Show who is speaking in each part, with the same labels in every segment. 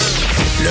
Speaker 1: Le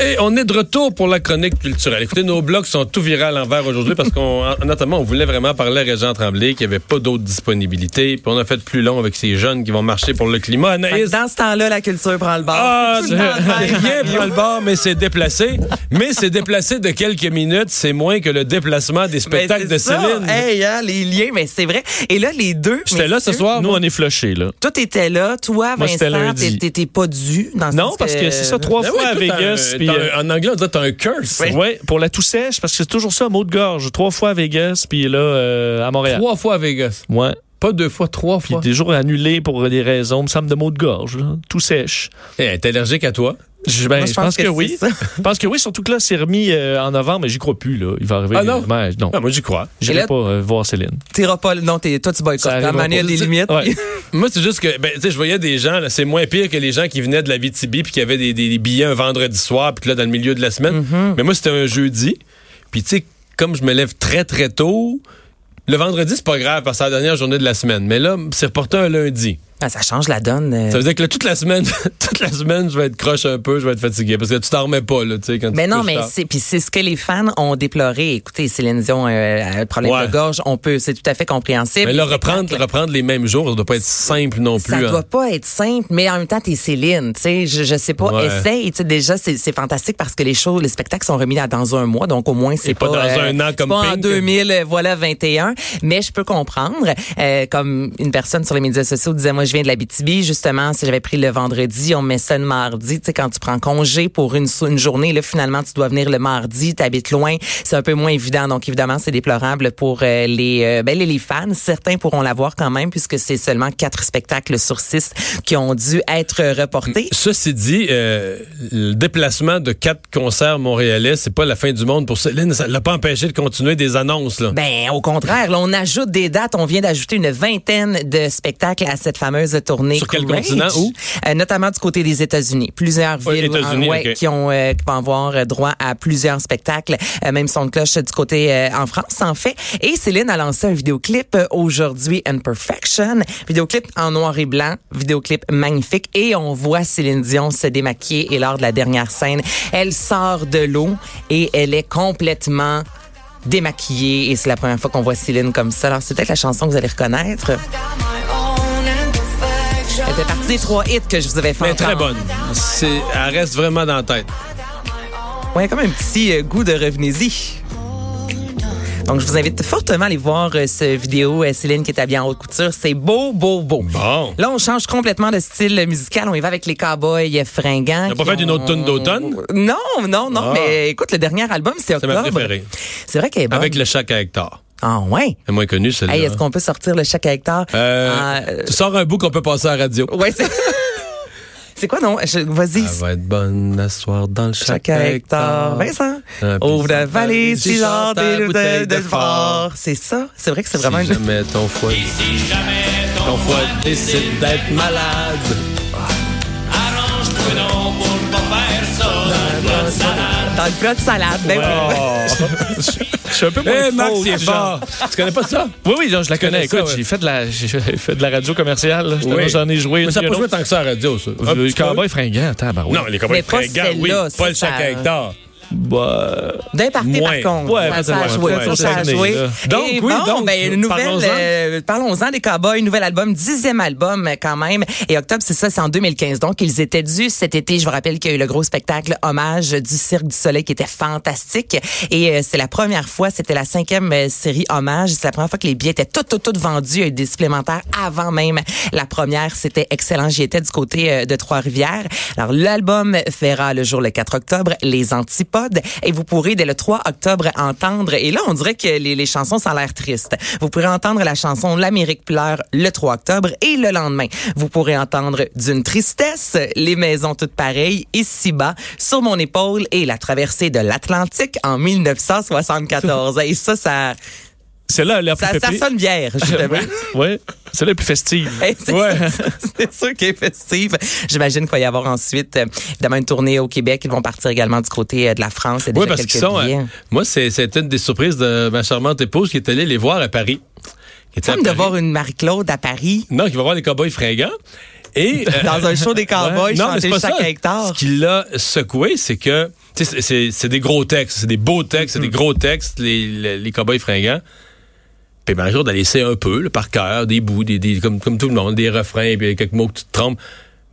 Speaker 2: Et on est de retour pour la chronique culturelle. Écoutez, nos blogs sont tout viral envers aujourd'hui parce qu'on, notamment, on voulait vraiment parler à Régent Tremblay, qu'il n'y avait pas d'autres disponibilités. Puis on a fait plus long avec ces jeunes qui vont marcher pour le climat.
Speaker 3: Fait que
Speaker 2: Anaïs.
Speaker 3: Dans ce temps-là, la culture prend le bord.
Speaker 2: Ah,
Speaker 3: Tout le temps le même.
Speaker 2: rien prend le bord, mais c'est déplacé. Mais c'est déplacé de quelques minutes. C'est moins que le déplacement des
Speaker 3: Ben,
Speaker 2: spectacles
Speaker 3: c'est
Speaker 2: de
Speaker 3: ça.
Speaker 2: Céline.
Speaker 3: Hey, hein, les liens, mais c'est vrai. Et là, les deux.
Speaker 2: J'étais là ce
Speaker 3: messieurs,
Speaker 2: soir.
Speaker 4: Nous, on est flushés, là.
Speaker 3: Toi, t'étais là. Toi,
Speaker 4: Moi, j'étais
Speaker 3: Vincent,
Speaker 4: lundi.
Speaker 3: t'é- t'étais pas dû dans euh, ce
Speaker 4: Non,
Speaker 3: sens
Speaker 4: parce que c'est ça, trois
Speaker 2: Ben
Speaker 4: fois
Speaker 2: oui,
Speaker 4: à
Speaker 2: toi, t'as
Speaker 4: Vegas.
Speaker 2: un-
Speaker 4: puis,
Speaker 2: t'as
Speaker 4: euh,
Speaker 2: un- en anglais, on dit t'as un curse.
Speaker 4: ouais, pour la toux sèche, parce que c'est toujours ça, mot de gorge. Trois fois à Vegas, puis là, euh, à Montréal.
Speaker 2: Trois fois à Vegas.
Speaker 4: Ouais.
Speaker 2: Pas deux fois, trois
Speaker 4: Puis
Speaker 2: fois.
Speaker 4: des jours annulés pour des raisons, me semble, de mot de gorge. là. Tout sèche.
Speaker 2: Eh, T'es allergique à toi.
Speaker 4: Je, ben,
Speaker 3: Moi,
Speaker 4: je pense que,
Speaker 3: c'est
Speaker 4: oui.
Speaker 3: ça.
Speaker 4: Je pense que oui, surtout que là, c'est remis euh, en novembre, mais j'y crois plus, là. Il va arriver.
Speaker 2: Ah, non?
Speaker 4: Ouais, non.
Speaker 2: Ah, moi, j'y crois.
Speaker 4: J'irai
Speaker 3: Et là-
Speaker 4: pas euh, voir Céline.
Speaker 3: T'iras pas. Non, t'es- toi, tu boycottes.
Speaker 4: Ça
Speaker 3: Quand
Speaker 4: arrivera
Speaker 3: Manuel
Speaker 4: pas.
Speaker 3: des limites.
Speaker 4: Ouais.
Speaker 2: Moi, c'est juste que, ben, tu sais, je voyais des gens, là, c'est moins pire que les gens qui venaient de la Vitibi puis qui avaient des, des- des billets un vendredi soir puis que là, dans le milieu de la semaine.
Speaker 3: Mm-hmm.
Speaker 2: Mais moi, c'était un jeudi. Puis, tu sais, comme je me lève très, très tôt, le vendredi, c'est pas grave parce que c'est la dernière journée de la semaine. Mais là, c'est reporté un lundi.
Speaker 3: Ah, ça change la donne. euh.
Speaker 2: Ça veut dire que là, toute la semaine, toute la semaine, je vais être croche un peu, je vais être fatigué parce que tu t'en remets pas, là, tu sais, quand tu
Speaker 3: Mais
Speaker 2: te
Speaker 3: non,
Speaker 2: couches
Speaker 3: mais
Speaker 2: tard.
Speaker 3: c'est puis c'est ce que les fans ont déploré. Écoutez, Céline Dion euh, a un problème
Speaker 2: Ouais.
Speaker 3: de gorge, on peut, c'est tout à fait compréhensible.
Speaker 2: Mais là, reprendre, reprendre les mêmes jours, ça doit pas être simple non plus.
Speaker 3: Ça
Speaker 2: hein.
Speaker 3: doit pas être simple, mais en même temps, t'es Céline, tu sais, je, je sais pas,
Speaker 2: Ouais.
Speaker 3: essaye, tu sais, déjà, c'est c'est fantastique parce que les shows, les spectacles sont remis à- dans un mois, donc au moins, c'est
Speaker 2: Et pas
Speaker 3: pas... euh,
Speaker 2: dans un an
Speaker 3: c'est
Speaker 2: comme
Speaker 3: pas en
Speaker 2: Pink.
Speaker 3: 2000, euh, voilà, 21, mais je peux comprendre, euh, comme une personne sur les médias sociaux disait, moi, je viens de la BTB, justement, si j'avais pris le vendredi, on me met ça le mardi, tu sais, quand tu prends congé pour une, sou- une journée, là, finalement, tu dois venir le mardi, t'habites loin, c'est un peu moins évident, donc évidemment, c'est déplorable pour euh, les, euh, ben, les, les fans, certains pourront l'avoir quand même, puisque c'est seulement quatre spectacles sur six qui ont dû être reportés.
Speaker 2: Ceci dit, euh, le déplacement de quatre concerts montréalais, c'est pas la fin du monde pour Céline. Ça l'a pas empêché de continuer des annonces. Là.
Speaker 3: Ben, au contraire, là, on ajoute des dates. On vient d'ajouter une vingtaine de spectacles à cette fameuse tournée.
Speaker 2: Sur quel
Speaker 3: Courage.
Speaker 2: continent? Où?
Speaker 3: Euh, notamment du côté des États-Unis. Plusieurs
Speaker 2: Ouais,
Speaker 3: villes
Speaker 2: États-Unis,
Speaker 3: en- hein, ouais,
Speaker 2: ok.
Speaker 3: qui ont euh, qui vont avoir euh, droit à plusieurs spectacles. Euh, même son de cloche du côté euh, en France, en fait. Et Céline a lancé un vidéoclip euh, aujourd'hui, Imperfection. Vidéoclip en noir et blanc. Vidéoclip magnifique. Et on voit Céline Dion se démaquiller. Et lors de la dernière scène, elle sort de l'eau et elle est complètement démaquillée et c'est la première fois qu'on voit Céline comme ça. Alors c'est peut-être la chanson que vous allez reconnaître. Elle fait partie des trois hits que je vous avais fait.
Speaker 2: Mais très
Speaker 3: entendre.
Speaker 2: bonne. C'est, elle reste vraiment dans la tête.
Speaker 3: Ouais, comme un petit euh, goût de revenez-y. Donc, je vous invite fortement à aller voir euh, ce vidéo, euh, Céline qui est habillée en haute couture. C'est beau, beau, beau.
Speaker 2: Bon.
Speaker 3: Là, on change complètement de style euh, musical. On y va avec les cowboys euh, fringants.
Speaker 2: T'as pas
Speaker 3: qui
Speaker 2: fait une
Speaker 3: ont-
Speaker 2: autre tune d'automne?
Speaker 3: Non, non, non. Mais écoute, le dernier album, c'est
Speaker 2: C'est ma
Speaker 3: octobre.
Speaker 2: préférée.
Speaker 3: C'est vrai qu'elle est bonne.
Speaker 2: Avec le chac à Hector.
Speaker 3: Ah, ouais.
Speaker 2: C'est moins connu, celle-là.
Speaker 3: Hey, est-ce qu'on peut sortir le chèque à Hector?
Speaker 2: Euh,
Speaker 3: Ah, euh, Oh.
Speaker 2: Tu sors un bout qu'on peut passer à la radio.
Speaker 3: ouais, c'est... c'est quoi, non? Je- Vas-y.
Speaker 2: Elle va être bonne la soir dans le chac
Speaker 3: Chaque
Speaker 2: à
Speaker 3: hectare. Ben,
Speaker 2: Hector.
Speaker 3: Vincent,
Speaker 2: Un
Speaker 3: ouvre
Speaker 2: petit
Speaker 3: la valise,
Speaker 2: valise,
Speaker 3: si genre
Speaker 2: ta
Speaker 3: des
Speaker 2: bouteille
Speaker 3: de,
Speaker 2: de
Speaker 3: de
Speaker 2: fort.
Speaker 3: fort. C'est ça. C'est vrai que c'est vraiment
Speaker 2: Si
Speaker 3: une...
Speaker 2: jamais ton foie. ton foie décide d'être malade.
Speaker 3: Dans le plat de salade. Ben oui.
Speaker 4: Oh! Je suis un peu
Speaker 2: Hé,
Speaker 4: moins
Speaker 2: Eh, Max,
Speaker 4: faux,
Speaker 2: il est
Speaker 4: genre.
Speaker 2: fort. tu connais pas ça?
Speaker 4: Oui, oui, non, je la
Speaker 2: connais
Speaker 4: connais.
Speaker 2: ça,
Speaker 4: Écoute,
Speaker 2: ouais.
Speaker 4: j'ai fait de la, j'ai fait de la radio commerciale. là. Justement,
Speaker 2: Oui.
Speaker 4: J'en ai joué.
Speaker 2: Mais ça
Speaker 4: une
Speaker 2: peut
Speaker 4: autre.
Speaker 2: jouer tant que ça à la radio, ça. Ah, Un
Speaker 4: Le
Speaker 2: petit peu.
Speaker 4: cowboy fringant, attends, bah oui.
Speaker 2: Non, les cowboys
Speaker 3: Mais pas
Speaker 2: fringants, oui.
Speaker 3: celle-là,
Speaker 2: Pas
Speaker 3: ça,
Speaker 2: le chac à
Speaker 3: ça-
Speaker 2: Hector.
Speaker 4: Bah,
Speaker 3: D'un parti,
Speaker 2: Moins.
Speaker 3: par contre.
Speaker 4: Ouais,
Speaker 3: ça, ça a
Speaker 4: ouais,
Speaker 3: joué,
Speaker 4: ouais,
Speaker 3: ça a
Speaker 4: ouais.
Speaker 3: joué.
Speaker 2: Donc,
Speaker 3: Et
Speaker 2: oui,
Speaker 3: bon,
Speaker 2: donc,
Speaker 3: ben, une nouvelle,
Speaker 2: parlons-en.
Speaker 3: euh, parlons-en des Cowboys, nouvel album, dixième album euh, quand même. Et octobre, c'est ça, c'est en 2015. Donc, ils étaient dus cet été. Je vous rappelle qu'il y a eu le gros spectacle Hommage du Cirque du Soleil qui était fantastique. Et euh, c'est la première fois, c'était la cinquième euh, série Hommage. C'est la première fois que les billets étaient tout, tout, tout vendus. Il y a eu des supplémentaires avant même la première. C'était excellent. J'y étais du côté euh, de Trois-Rivières. Alors, l'album fera le jour le 4 octobre, Les Antipodes. Et vous pourrez, dès le 3 octobre, entendre, et là, on dirait que les, les chansons, ça a l'air triste. Vous pourrez entendre la chanson L'Amérique pleure le 3 octobre et le lendemain. Vous pourrez entendre D'une tristesse, Les maisons toutes pareilles, Ici-bas, Sur mon épaule et La traversée de l'Atlantique en 1974. et ça, ça,
Speaker 4: c'est là la plus
Speaker 3: ça, ça
Speaker 4: pépée.
Speaker 3: sonne bière, justement.
Speaker 4: Ouais, c'est la plus festive.
Speaker 3: Hey, c'est
Speaker 4: Ouais.
Speaker 3: sûr- c'est sûr qu'elle est festive. J'imagine qu'il va y avoir ensuite, euh, évidemment, une tournée au Québec. Ils vont partir également du côté euh, de la France. Il y a
Speaker 2: Oui,
Speaker 3: déjà
Speaker 2: parce
Speaker 3: quelques
Speaker 2: qu'ils sont. euh,
Speaker 3: billets.
Speaker 2: moi, c'est- c'était une des surprises de ma charmante épouse qui est allée les voir à Paris. était à
Speaker 3: Comme de
Speaker 2: Paris.
Speaker 3: voir une Marie-Claude à Paris.
Speaker 2: Non, qui va voir les cowboys fringants. Et, euh,
Speaker 3: Dans un show des cowboys,
Speaker 2: non, mais
Speaker 3: chanter
Speaker 2: c'est pas
Speaker 3: chaque
Speaker 2: ça.
Speaker 3: hectare.
Speaker 2: Ce qui l'a secoué, c'est que tu sais, c'est- c'est c'est des gros textes, c'est des beaux textes, c'est
Speaker 4: Mm-hmm.
Speaker 2: des gros textes, les, les, les cowboys fringants. Puis ben, un jour, d'aller laisser un peu, le par cœur, des bouts, des, des- comme, comme tout le monde, des refrains, puis quelques mots que tu te trompes.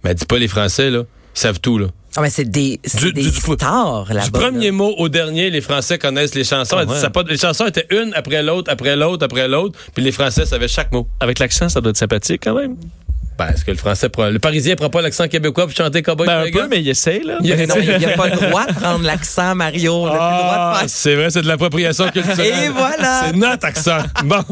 Speaker 2: Mais dis pas les Français, là. Ils savent tout, là.
Speaker 3: Ah, mais c'est des, c'est
Speaker 2: Du-
Speaker 3: des
Speaker 2: du- du-
Speaker 3: stars
Speaker 4: Ah
Speaker 3: là-bas.
Speaker 2: Du premier
Speaker 3: là.
Speaker 2: mot au dernier, les Français connaissent les chansons. Elle dit,
Speaker 4: ben, ouais.
Speaker 2: ça pas- les chansons étaient une après l'autre, après l'autre, après l'autre, puis les Français savaient chaque mot.
Speaker 4: Avec l'accent, ça doit être sympathique quand même.
Speaker 2: Ben, est-ce que le Français prend. Le Parisien prend pas l'accent québécois pour chanter Cowboy
Speaker 4: Ben, un
Speaker 2: Fringant?
Speaker 4: peu, mais il essaye, là.
Speaker 2: Il-
Speaker 3: Mais non, il n'y a pas le droit de prendre l'accent, Mario. On n'a plus le droit de
Speaker 2: Ah,
Speaker 3: faire
Speaker 2: c'est vrai, c'est de l'appropriation culturelle.
Speaker 3: Et voilà.
Speaker 2: C'est notre accent. Bon.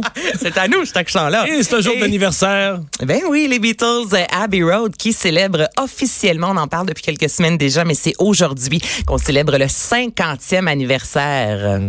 Speaker 3: C'est à nous, cet accent-là.
Speaker 2: Et c'est un jour
Speaker 3: Et-
Speaker 2: d'anniversaire.
Speaker 3: Ben oui, les Beatles, euh, Abbey Road, qui célèbre officiellement, on en parle depuis quelques semaines déjà, mais c'est aujourd'hui qu'on célèbre le 50e anniversaire.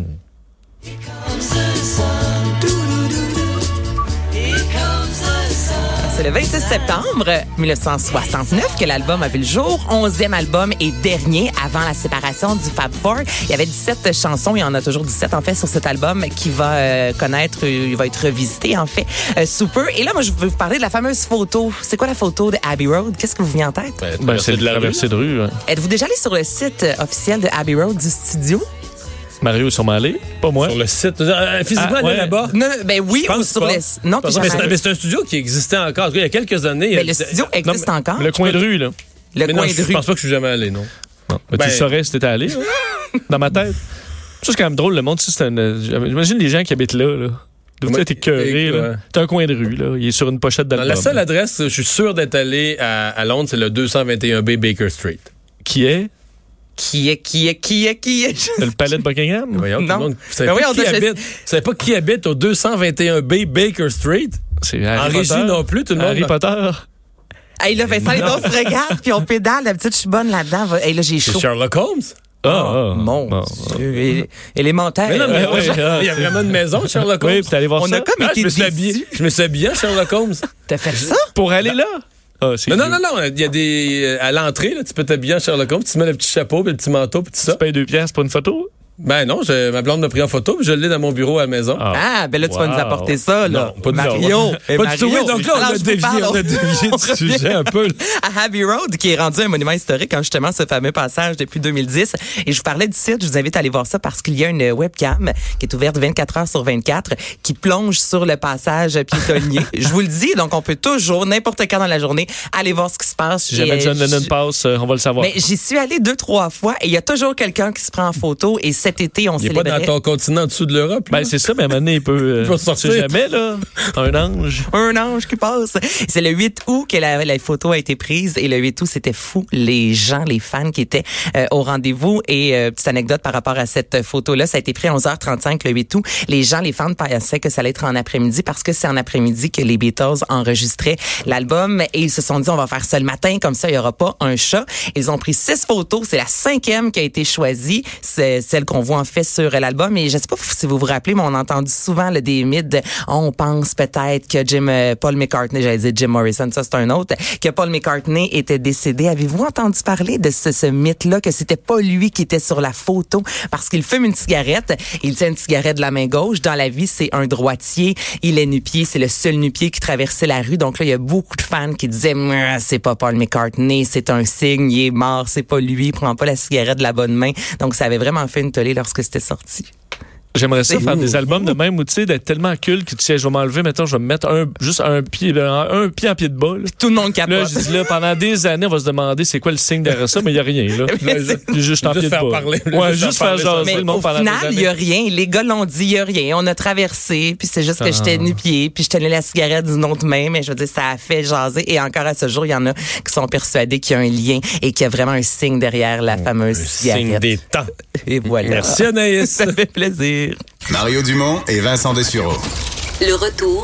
Speaker 3: C'est le 26 septembre 1969 que l'album a vu le jour. Onzième album et dernier avant la séparation du Fab Four. Il y avait 17 chansons. Il y en a toujours 17, en fait, sur cet album qui va euh, connaître, euh, il va être revisité, en fait, euh, sous peu. Et là, moi, je veux vous parler de la fameuse photo. C'est quoi la photo de Abbey Road? Qu'est-ce que vous venez en tête?
Speaker 4: Ben, c'est de la traversée de rue. ouais.
Speaker 3: Êtes-vous déjà allé sur le site euh, officiel de Abbey Road du studio?
Speaker 4: Mario est sûrement allé, pas moi.
Speaker 2: Sur le site. Euh, physiquement,
Speaker 4: Ah,
Speaker 2: elle est
Speaker 4: ouais.
Speaker 2: là-bas.
Speaker 3: Non, non, ben oui,
Speaker 2: Je
Speaker 3: ou
Speaker 2: pense
Speaker 3: sur
Speaker 2: pas.
Speaker 3: le... Non,
Speaker 2: Je pense pas.
Speaker 3: puis
Speaker 2: mais
Speaker 3: jamais
Speaker 2: c'est
Speaker 3: allé.
Speaker 2: mais c'est un studio qui existait encore. En tout cas, Il y a quelques années. il y a-
Speaker 3: Mais le studio existe
Speaker 2: mais-
Speaker 3: encore.
Speaker 4: Le coin de rue, là.
Speaker 3: Le
Speaker 2: mais non,
Speaker 3: coin
Speaker 2: je
Speaker 3: de
Speaker 2: je
Speaker 3: rue.
Speaker 2: pense pas que je suis jamais allé, non.
Speaker 4: Non. Ben,
Speaker 2: Ben-
Speaker 4: tu le saurais si t'étais allé. là. Dans ma tête. Ça, c'est quand même drôle, le monde. si c'est un, euh, J'imagine les gens qui habitent là. là. Devait
Speaker 2: Ouais,
Speaker 4: être écœuré,
Speaker 2: et- ouais.
Speaker 4: là. T'as un coin de rue, là. Il est sur une pochette
Speaker 2: Non,
Speaker 4: d'album.
Speaker 2: la seule adresse, je suis sûr d'être allé à, à Londres, c'est le 221B Baker Street.
Speaker 4: Qui est
Speaker 3: Qui est, qui est, qui est, qui est? Je
Speaker 4: le palais de Buckingham.
Speaker 2: Voyons,
Speaker 3: Non.
Speaker 2: tout le monde. Vous savez,
Speaker 3: Ben oui,
Speaker 2: pas
Speaker 3: on
Speaker 2: qui
Speaker 3: doit-
Speaker 2: habite, vous savez pas qui habite au 221B Baker Street?
Speaker 4: C'est
Speaker 2: En
Speaker 4: Harry
Speaker 2: régie
Speaker 4: Potter.
Speaker 2: non plus, tout le monde.
Speaker 4: Harry Potter.
Speaker 3: Hey, là, Vincent, les on se regarde, puis on pédale. D'habitude, je suis bonne là-dedans. Va- Hey, là, j'ai
Speaker 2: C'est
Speaker 3: chaud. Oh,
Speaker 2: Sherlock Holmes?
Speaker 4: Ah, ah,
Speaker 3: Mon
Speaker 4: bon.
Speaker 3: Dieu, é- élémentaire. Euh,
Speaker 2: Mais non, mais
Speaker 4: ouais,
Speaker 2: il y a-
Speaker 4: ouais.
Speaker 2: il y a vraiment une maison, Sherlock Holmes.
Speaker 4: Ah, Oui, puis t'es allé voir
Speaker 3: On
Speaker 4: ça.
Speaker 3: a comme
Speaker 2: Ah,
Speaker 3: été
Speaker 2: je me suis
Speaker 3: déçus.
Speaker 2: habillé. Je me suis habillé en Sherlock Holmes.
Speaker 3: T'as fait ça?
Speaker 4: Pour aller là. Ah, c'est
Speaker 2: Non, non,
Speaker 4: cute.
Speaker 2: non, non. Il y a des. euh, À l'entrée, là, tu peux t'habiller en Sherlock Holmes, tu mets le petit chapeau, puis le petit manteau, puis tout ça.
Speaker 4: Tu payes deux pièces pour une photo?
Speaker 2: Ben non, je- ma blonde m'a pris en photo, puis je l'ai dans mon bureau à la maison.
Speaker 3: Ah, ben là, tu vas
Speaker 4: Wow.
Speaker 3: nous apporter ça, là.
Speaker 2: Non, pas du
Speaker 3: Mario.
Speaker 2: tout.
Speaker 3: Eh,
Speaker 2: Pas du tout.
Speaker 3: Mario.
Speaker 2: Oui, donc là, on
Speaker 3: Alors,
Speaker 2: a
Speaker 3: je vous
Speaker 2: dévié,
Speaker 3: parle-
Speaker 2: on a dévié
Speaker 3: on
Speaker 2: du sujet un peu. là.
Speaker 3: à Abbey Road, qui est rendu un monument historique, hein, justement, ce fameux passage depuis 2010. Et je vous parlais du site, je vous invite à aller voir ça parce qu'il y a une webcam qui est ouverte 24 heures sur 24 qui plonge sur le passage piétonnier. je vous le dis, donc on peut toujours, n'importe quand dans la journée, aller voir ce qui se passe.
Speaker 4: Si jamais
Speaker 3: Et,
Speaker 4: John
Speaker 3: euh,
Speaker 4: Lennon
Speaker 3: je-
Speaker 4: passe, euh, on va le savoir.
Speaker 3: Mais j'y suis allée deux, trois fois et il y a toujours quelqu'un qui se prend en photo. Et cet été, on
Speaker 2: Il n'est pas
Speaker 3: célébrait...
Speaker 2: dans ton continent en dessous de l'Europe. là.
Speaker 4: Ben, c'est ça, mais à un moment donné, il peut. euh,
Speaker 2: Il va
Speaker 4: tu
Speaker 2: sortir.
Speaker 4: sais jamais, là. Un ange.
Speaker 3: un ange qui passe. C'est le 8 août que la, la photo a été prise et le 8 août, c'était fou. Les gens, les fans qui étaient euh, au rendez-vous. Et euh, petite anecdote par rapport à cette photo-là, ça a été pris à 11h35 le 8 août. Les gens, les fans pensaient que ça allait être en après-midi parce que c'est en après-midi que les Beatles enregistraient l'album et ils se sont dit on va faire ça le matin, comme ça il y aura pas un chat. Ils ont pris six photos, c'est la cinquième qui a été choisie, c'est celle qu'on voit en fait sur l'album. Et je sais pas si vous vous rappelez, mais on a entendu souvent le, des mythes. de, On pense peut-être que Jim, euh, Paul McCartney, j'allais dire Jim Morrison, ça c'est un autre, que Paul McCartney était décédé. Avez-vous entendu parler de ce, ce mythe-là que c'était pas lui qui était sur la photo parce qu'il fume une cigarette, il tient une cigarette de la main gauche. Dans la vie, c'est un droitier. Il est nu-pied. C'est le seul nu-pied qui traversait la rue. Donc là, il y a beaucoup de fans qui disaient, Mouah, c'est pas Paul McCartney, c'est un signe, il est mort, c'est pas lui, il prend pas la cigarette de la bonne main. Donc ça avait vraiment fait une tollée lorsque c'était sorti.
Speaker 4: J'aimerais ça
Speaker 3: C'est-
Speaker 4: faire des albums de même où tu sais d'être tellement culte que tu sais, je vais m'enlever, maintenant je vais me mettre un, juste un pied, un, un pied en pied de bol.
Speaker 3: Tout le monde
Speaker 4: Là,
Speaker 3: capote.
Speaker 4: je dis là, pendant des années, on va se demander c'est quoi le signe derrière ça, mais il n'y a rien, là.
Speaker 2: c'est-
Speaker 4: juste en
Speaker 2: Juste
Speaker 4: pied de
Speaker 2: faire
Speaker 4: bol.
Speaker 2: parler,
Speaker 4: Ouais,
Speaker 2: juste
Speaker 4: juste
Speaker 2: faire parler,
Speaker 4: faire
Speaker 2: ça
Speaker 4: jaser
Speaker 3: Mais
Speaker 4: le
Speaker 3: au
Speaker 4: monde pendant
Speaker 3: final, il
Speaker 4: des
Speaker 3: y a
Speaker 4: années.
Speaker 3: rien. Les gars l'ont dit, il y a rien. On a traversé, puis c'est juste que j'étais
Speaker 4: Ah.
Speaker 3: nu-pied, puis je tenais la cigarette d'une autre main, mais je veux dire, ça a fait jaser. Et encore à ce jour, il y en a qui sont persuadés qu'il y a un lien et qu'il y a vraiment un signe derrière la fameuse cigarette.
Speaker 2: Signe des temps.
Speaker 3: Et voilà.
Speaker 2: Merci Anaïs.
Speaker 3: Ça fait plaisir.
Speaker 1: Mario Dumont et Vincent Dessureau.
Speaker 5: Le retour